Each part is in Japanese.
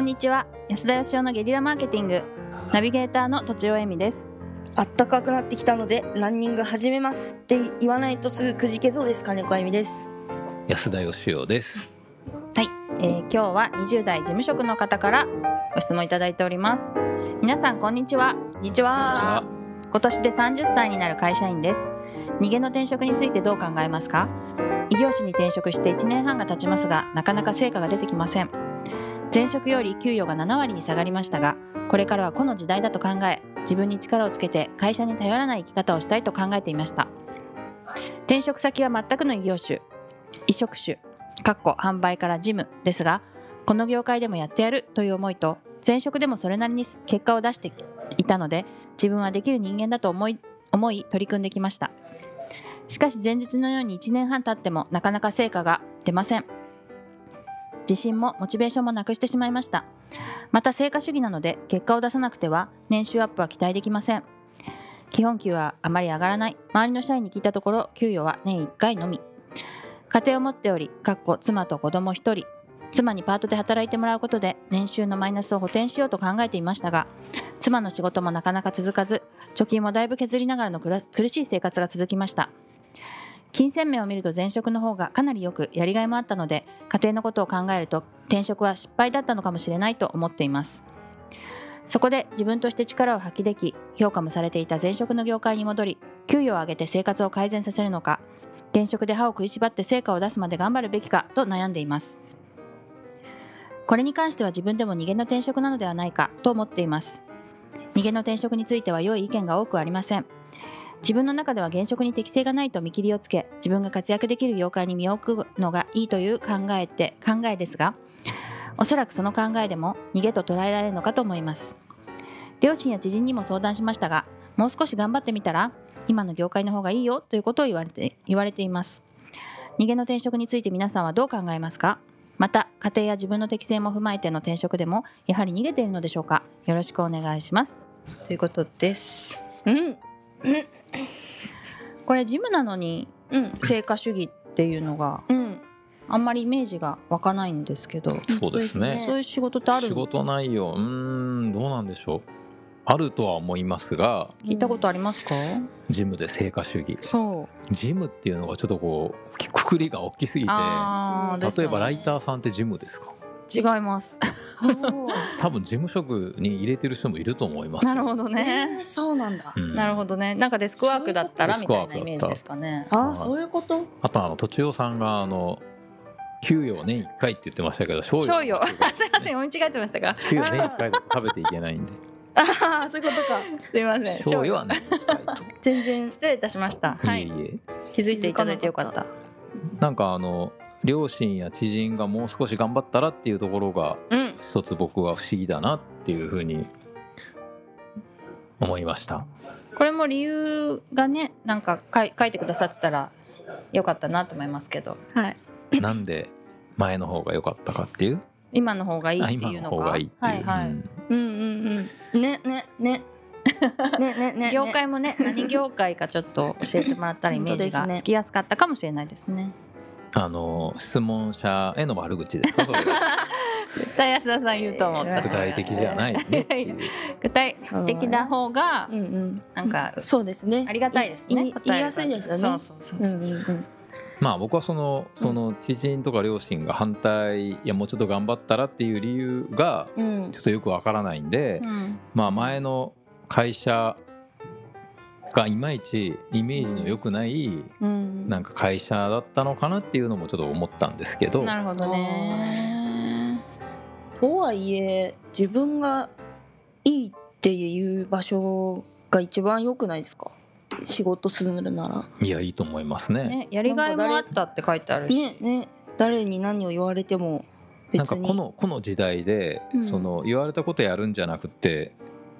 にちは安田義生のゲリラマーケティングナビゲーターの土地尾恵美ですあったかくなってきたのでランニング始めますって言わないとすぐくじけそうです金子あゆみです安田義雄です。はい、えー、今日は20代事務職の方からご質問いただいております皆さんこんにちはこんにちは今年で30歳になる会社員です逃げの転職についてどう考えますか異業種に転職して1年半が経ちますがなかなか成果が出てきません前職より給与が7割に下がりましたがこれからはこの時代だと考え自分に力をつけて会社に頼らない生き方をしたいと考えていました転職先は全くの異業種異職種かっこ販売から事務ですがこの業界でもやってやるという思いと前職でもそれなりに結果を出していたので自分はできる人間だと思い思い取り組んできましたしかし前日のように1年半経ってもなかなか成果が出ません自信もモチベーションもなくしてしまいましたまた成果主義なので結果を出さなくては年収アップは期待できません基本給はあまり上がらない周りの社員に聞いたところ給与は年1回のみ家庭を持っておりかっこ妻と子供1人妻にパートで働いてもらうことで年収のマイナスを補填しようと考えていましたが妻の仕事もなかなか続かず貯金もだいぶ削りながらの苦苦しい生活が続きました金銭面を見ると前職の方がかなりよくやりがいもあったので家庭のことを考えると転職は失敗だったのかもしれないと思っていますそこで自分として力を発揮でき評価もされていた前職の業界に戻り給与を上げて生活を改善させるのか現職で歯を食いしばって成果を出すまで頑張るべきかと悩んでいますこれに関しては自分でも逃げの転職なのではないかと思っています逃げの転職については良い意見が多くありません自分の中では現職に適性がないと見切りをつけ自分が活躍できる業界に身を置くのがいいという考えて考えですがおそらくその考えでも逃げと捉えられるのかと思います両親や知人にも相談しましたがもう少し頑張ってみたら今の業界の方がいいよということを言われて言われています逃げの転職について皆さんはどう考えますかまた家庭や自分の適性も踏まえての転職でもやはり逃げているのでしょうかよろしくお願いしますということですうんこれジムなのにうん成果主義っていうのが うんあんまりイメージが湧かないんですけどそうですね。そういう仕事ってある仕事内容、うーん、どうなんでしょう。あるとは思いますが、聞いたことありますか、ジムで成果主義。そジムっていうのがちょっとこう、くくりが大きすぎうて。あーです例えよねばライターさんってジムですか。違い ます多分事務職に入れてる人もいると思います。なるほどねえーそうなんだうんなるほどね。なんかデスクワークだったらそういみうこたといなイメージですかね。あはーいそういうことあとあの、とちおさんがあの。給与を年1回って言ってましたけど、賞醤油。あ すいませんん。読み違えてましたか。給与年1回だと食べていけない んで。ああそういうことかすいません。賞醤与は油年1回と。全然失礼いたしました。はい。いえいえ。気づいていただいてよかっ気づた。なんかあの両親や知人がもう少し頑張ったらっていうところがうん一つ僕は不思議だなっていうふうに思い ましたこれも理由がね、なんか書い書いてくださってたらよかったなと思いますけど、はいなんで前の方が良かったかっていう今の方がいいっあて今いうのの方か。がいいっていう、はいはい。うんうんうんうんね ねねねねね業界も ね、何業界かちょっと教えてもらったらイメージ本当がですねつきやすかったかもしれないですね。あの質問者への悪口で すかそれ絶対安田さん言うと思った。。具体的じゃないいねっていう具体的な方がうんうんなんかそうですねありがたいですね。い言いやすいですよねそうそうそうそううんうんうんまあ僕はそのその知人とか両親が反対いやもうちょっと頑張ったらっていう理由がうんちょっとよくわからないんで、うんまあ、前の会社がいまいちイメージの良くないうんなんか会社だったのかなっていうのもちょっと思ったんですけどなるほどね。とはいえ自分がいいっていう場所が一番良くないですか仕事するならいやいいと思いますねね、やりがいもあったって書いてあるし。ねね誰に何を言われてもなん別かにこのこの時代で、うんその言われたことやるんじゃなくて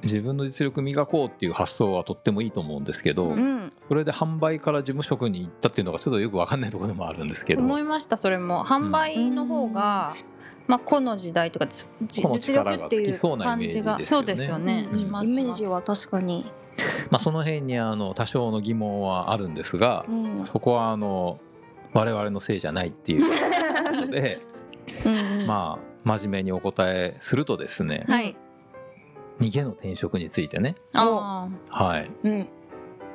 自分の実力磨こうっていう発想はとってもいいと思うんですけど、うんそれで販売から事務職に行ったっていうのがちょっとよくわかんないところでもあるんですけど思いましたそれも販売の方が、まあこの時代とかつじ個の実力力っがてついきそううなイメ感ージじがですそよねうですよね。うんしまイすメージは確かに、まあ、その辺にあの多少の疑問はあるんですが、うん、そ こはあの我々のせいじゃないっていうことでうんうんまあ真面目にお答えするとですね、はい。逃げの転職についてね、あはいうん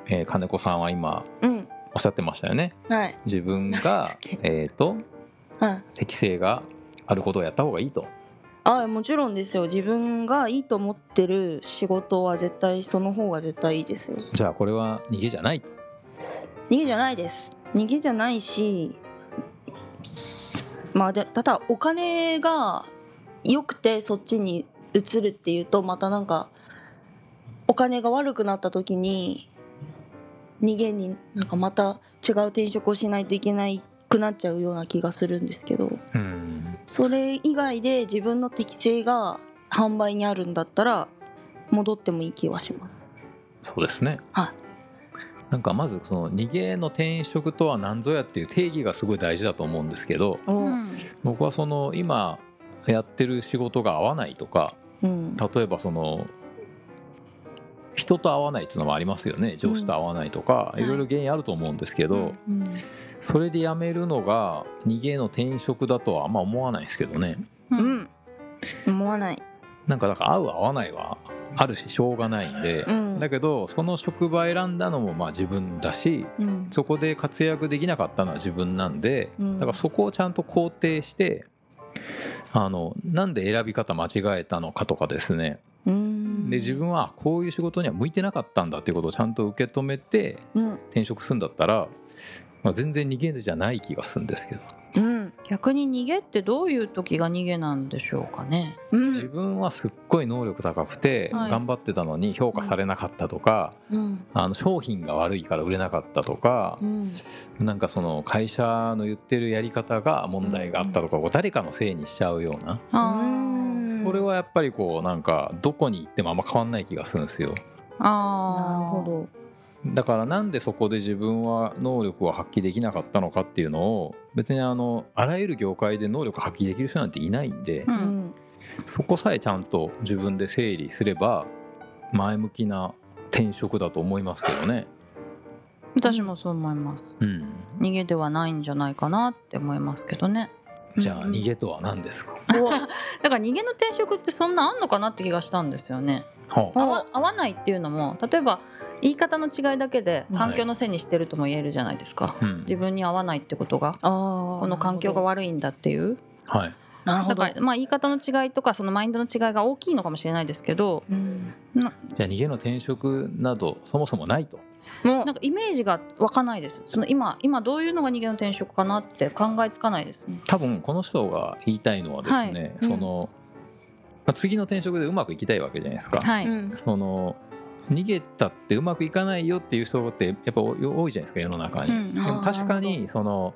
えー金子さんは今うんおっしゃってましたよねはい自分何でしたっがけ、えー、とはい適性があることをやった方がいいと。あもちろんですよ自分がいいと思ってる仕事は絶対その方が絶対いいですよじゃあこれは逃げじゃない。逃げじゃないです逃げじゃないしまあでただお金が良くてそっちに移るっていうとまたなんかお金が悪くなった時に逃げになんかまた違う転職をしないといけないくなっちゃうような気がするんですけどうんそれ以外で自分の適性が販売にあるんだったら戻ってもいい気はします。そうですね。はいなんかまずその逃げの転職とは何ぞやっていう定義がすごい大事だと思うんですけどうあ。うんん。僕はその今やってる仕事が合わないとかうん例えばその人と合わないっていうのもありますよね上司と合わないとか、うんいろいろ原因あると思うんですけど、うんそれで辞めるのが逃げの転職だとはあんま思わないですけどねう。うんん思わない。なんかだから合う合わないはあるししょうがないんで、うんだけどその職場選んだのもまあ自分だしうんそこで活躍できなかったのは自分なんで、うんだからそこをちゃんと肯定してあのなんで選び方間違えたのかとかですねうんで自分はこういう仕事には向いてなかったんだっていうことをちゃんと受け止めてうん転職するんだったら、まあ、全然逃げるじゃない気がするんですけど、うん逆に逃げってどういう時が逃げなんでしょうかね。う自ん分はすっごい能力高くてはい頑張ってたのに評価されなかったとか、うんあの商品が悪いから売れなかったとかう、んなんかその会社の言ってるやり方が問題があったとか、こう誰かのせいにしちゃうような、あうんそれはやっぱりこうなんかどこに行ってもあんま変わんない気がするんですよ。あ。あなあ。るほだからなんでそこで自分は能力を発揮できなかったのかっていうのを別にあのあらゆる業界で能力発揮できる人なんていないんで、う。ど。うんんそこさえちゃんと自分で整理すれば前向きな転職だと思いますけどね。私もそう思います。うん、逃げではないんじゃないかなって思いますけどね。じゃあうん逃げとは何ですか、だから逃げの転職ってそんなあんのかなって気がしたんですよね。はあ合わ合わないっていうのも例えば言い方の違いだけではい環境のせいにしてるとも言えるじゃないですか、うん自分に合わないってことがあーこの環境が悪いんだっていうはいなるほだどからまあ言い方の違いとかそのマインドの違いが大きいのかもしれないですけどうんじゃあ逃げの転職などそもそもないと。も うなんかイメージが湧かないですその今今どういうのが逃げの転職かなって考えつかないですね多分この人が言いたいのはですね、うんその、まあ次の転職でうまくいきたいわけじゃないですか。はい、うんその逃げたってうまくいかないよっていう人ってやっぱ多いじゃないですか世の中に。うんでもあー確かなるにその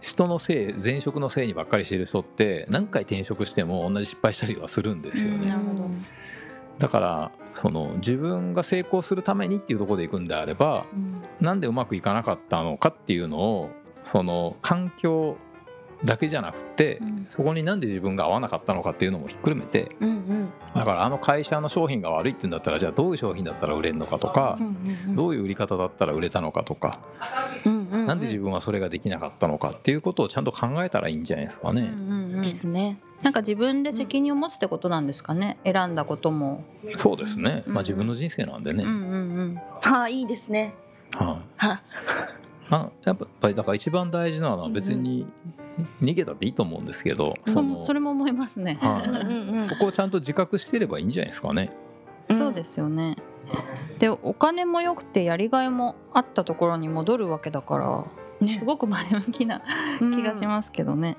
人のせい前職のせいにばっかりしてる人って何回転職しても同じ失敗したりはするんですようんね、なるほどだからその自分が成功するためにっていうところで行くんであればうんなんでうまくいかなかったのかっていうのをその環境だけじゃなくて、うんそこになんで自分が合わなかったのかっていうのもひっくるめてうんうんだからあの会社の商品が悪いって言うんだったらじゃあどういう商品だったら売れるのかとかう、んどういう売り方だったら売れたのかとか、うんうんなんで自分はそれができなかったのかっていうことをちゃんと考えたらいいんじゃないですかうんね。うんうんですねなんか自分で責任を持つってことなんですかね選んだことも、そうですね、うんまあ、自分の人生なんでね、うんうんうんはいいいですねはいはあやっぱりだから一番大事なのは別に逃げたっていいと思うんですけど、それそのもそれも思いますね、はいうんうんそこをちゃんと自覚してればいいんじゃないですかね。うんそうですよね。でお金も良くてやりがいもあったところに戻るわけだからねすごく前向きな気がしますけどね。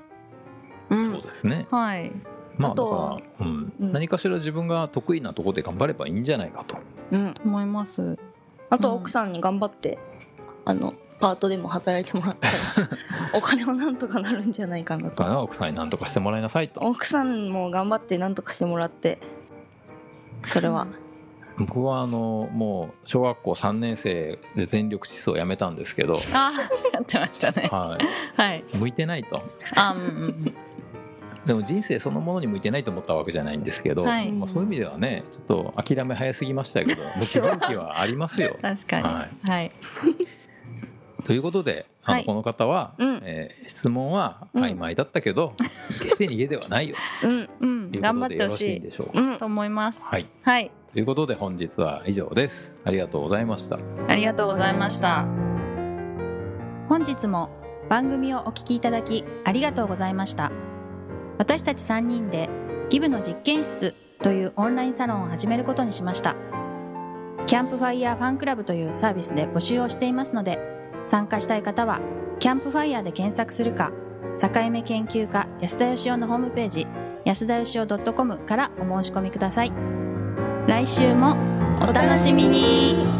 うんそうですね。はい。まああだとから、うんうん何かしら自分が得意なところで頑張ればいいんじゃないかと。うん思います。あとは奥さんに頑張って、あのパートでも働いてもらったらお金はなんとかなるんじゃないかなだかとら奥さんに何とかしてもらいなさいと。奥さんも頑張ってなんとかしてもらってそれは僕はあのもう小学校3年生で全力疾走をやめたんですけど、 あー やってましたね。はい、はい。向いてないと。あうんうんでも人生そのものに向いてないと思ったわけじゃないんですけど、はいまあ、そういう意味ではねちょっと 諦め早すぎましたけど向き不向きはありますよ。確かに。ははい。ということで、あのはいこの方は、うんえー質問はうん曖昧だった けど、決して逃げではないようんうん、というこ頑張とっでてよほろしいしんでしょううか。んいと思います。はい、はい、ということで本日は以上です。ありがとうございました。ありがとうございました。本日も番組をお聞きいただきありがとうございました。私たち3人でギブの実験室というオンラインサロンを始めることにしました。キャンプファイヤーファンクラブというサービスで募集をしていますので、参加したい方はキャンプファイヤーで検索するか、境目研究家安田義雄のホームページ安田義雄 .com からお申し込みください。来週もお楽しみに